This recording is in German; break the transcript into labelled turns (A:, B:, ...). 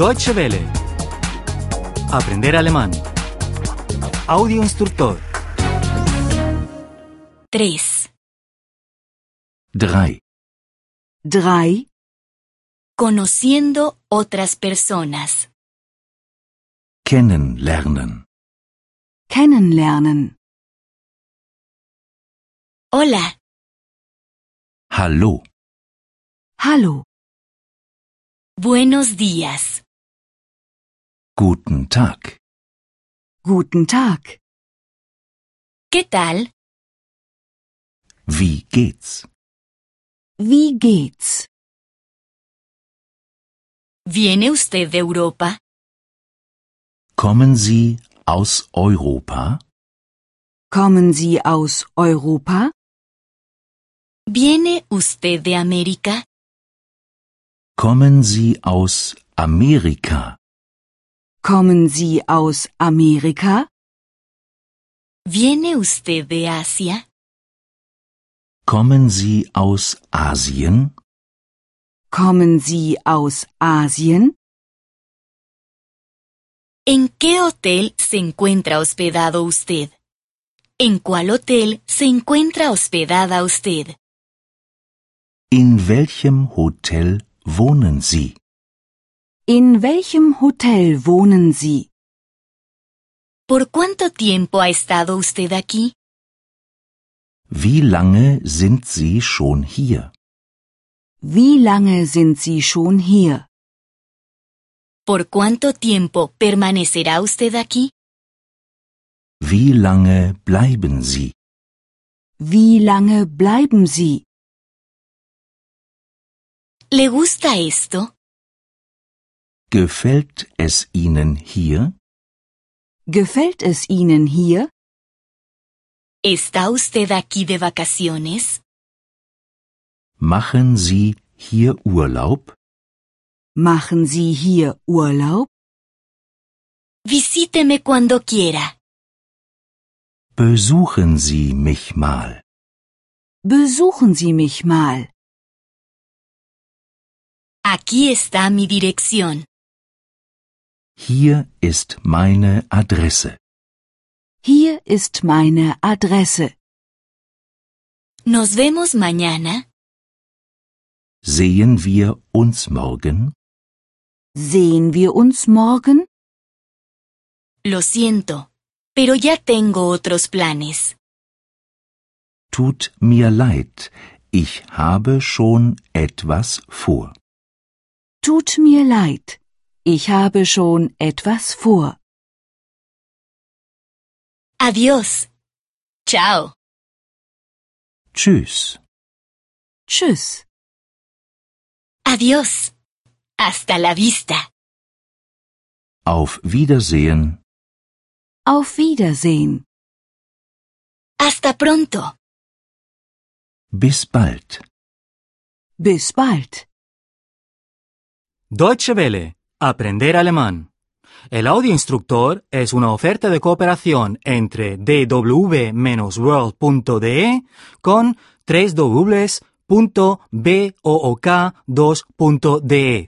A: Deutsche Welle. Aprender alemán. Audio instructor.
B: 3.
C: 3.
D: 3.
B: Conociendo otras personas.
C: Kennenlernen.
D: Kennenlernen.
B: Hola,
C: Hallo.
D: Hallo.
B: buenos días.
C: Guten Tag.
D: Guten Tag.
B: ¿Qué tal?
C: Wie geht's?
D: Wie geht's?
B: ¿Viene usted de Europa?
C: Kommen Sie aus Europa?
D: Kommen Sie aus Europa?
B: ¿Viene usted de América?
C: Kommen Sie aus Amerika?
D: Kommen Sie aus Amerika?
B: ¿Viene usted de Asia?
C: Kommen Sie aus Asien?
D: Kommen Sie aus Asien?
B: ¿En qué hotel se encuentra hospedado usted? ¿En cuál hotel se encuentra hospedada usted?
C: In welchem Hotel wohnen Sie?
D: In welchem Hotel wohnen Sie?
B: ¿Por cuánto tiempo ha estado usted aquí?
C: Wie lange sind Sie schon hier?
D: Wie lange sind Sie schon hier?
B: ¿Por cuánto tiempo permanecerá usted aquí?
C: Wie lange bleiben Sie?
D: Wie lange bleiben Sie?
B: ¿Le gusta esto?
C: Gefällt es Ihnen hier?
D: Gefällt es Ihnen hier?
B: ¿Está usted aquí de vacaciones?
C: Machen Sie hier Urlaub?
D: Machen Sie hier Urlaub?
B: Visíteme cuando quiera.
C: Besuchen Sie mich mal.
D: Besuchen Sie mich mal.
B: Aquí está mi dirección.
C: Hier ist meine Adresse.
D: Hier ist meine Adresse.
B: Nos vemos mañana.
C: Sehen wir uns morgen?
D: Sehen wir uns morgen?
B: Lo siento, pero ya tengo otros planes.
C: Tut mir leid, ich habe schon etwas vor.
D: Tut mir leid. Ich habe schon etwas vor.
B: Adiós. Chao.
C: Tschüss.
D: Tschüss.
B: Adiós. Hasta la vista.
C: Auf Wiedersehen.
D: Auf Wiedersehen.
B: Hasta pronto.
C: Bis bald.
D: Bis bald.
A: Deutsche Welle. Aprender alemán. El audio instructor es una oferta de cooperación entre dw-world.de con 3 2de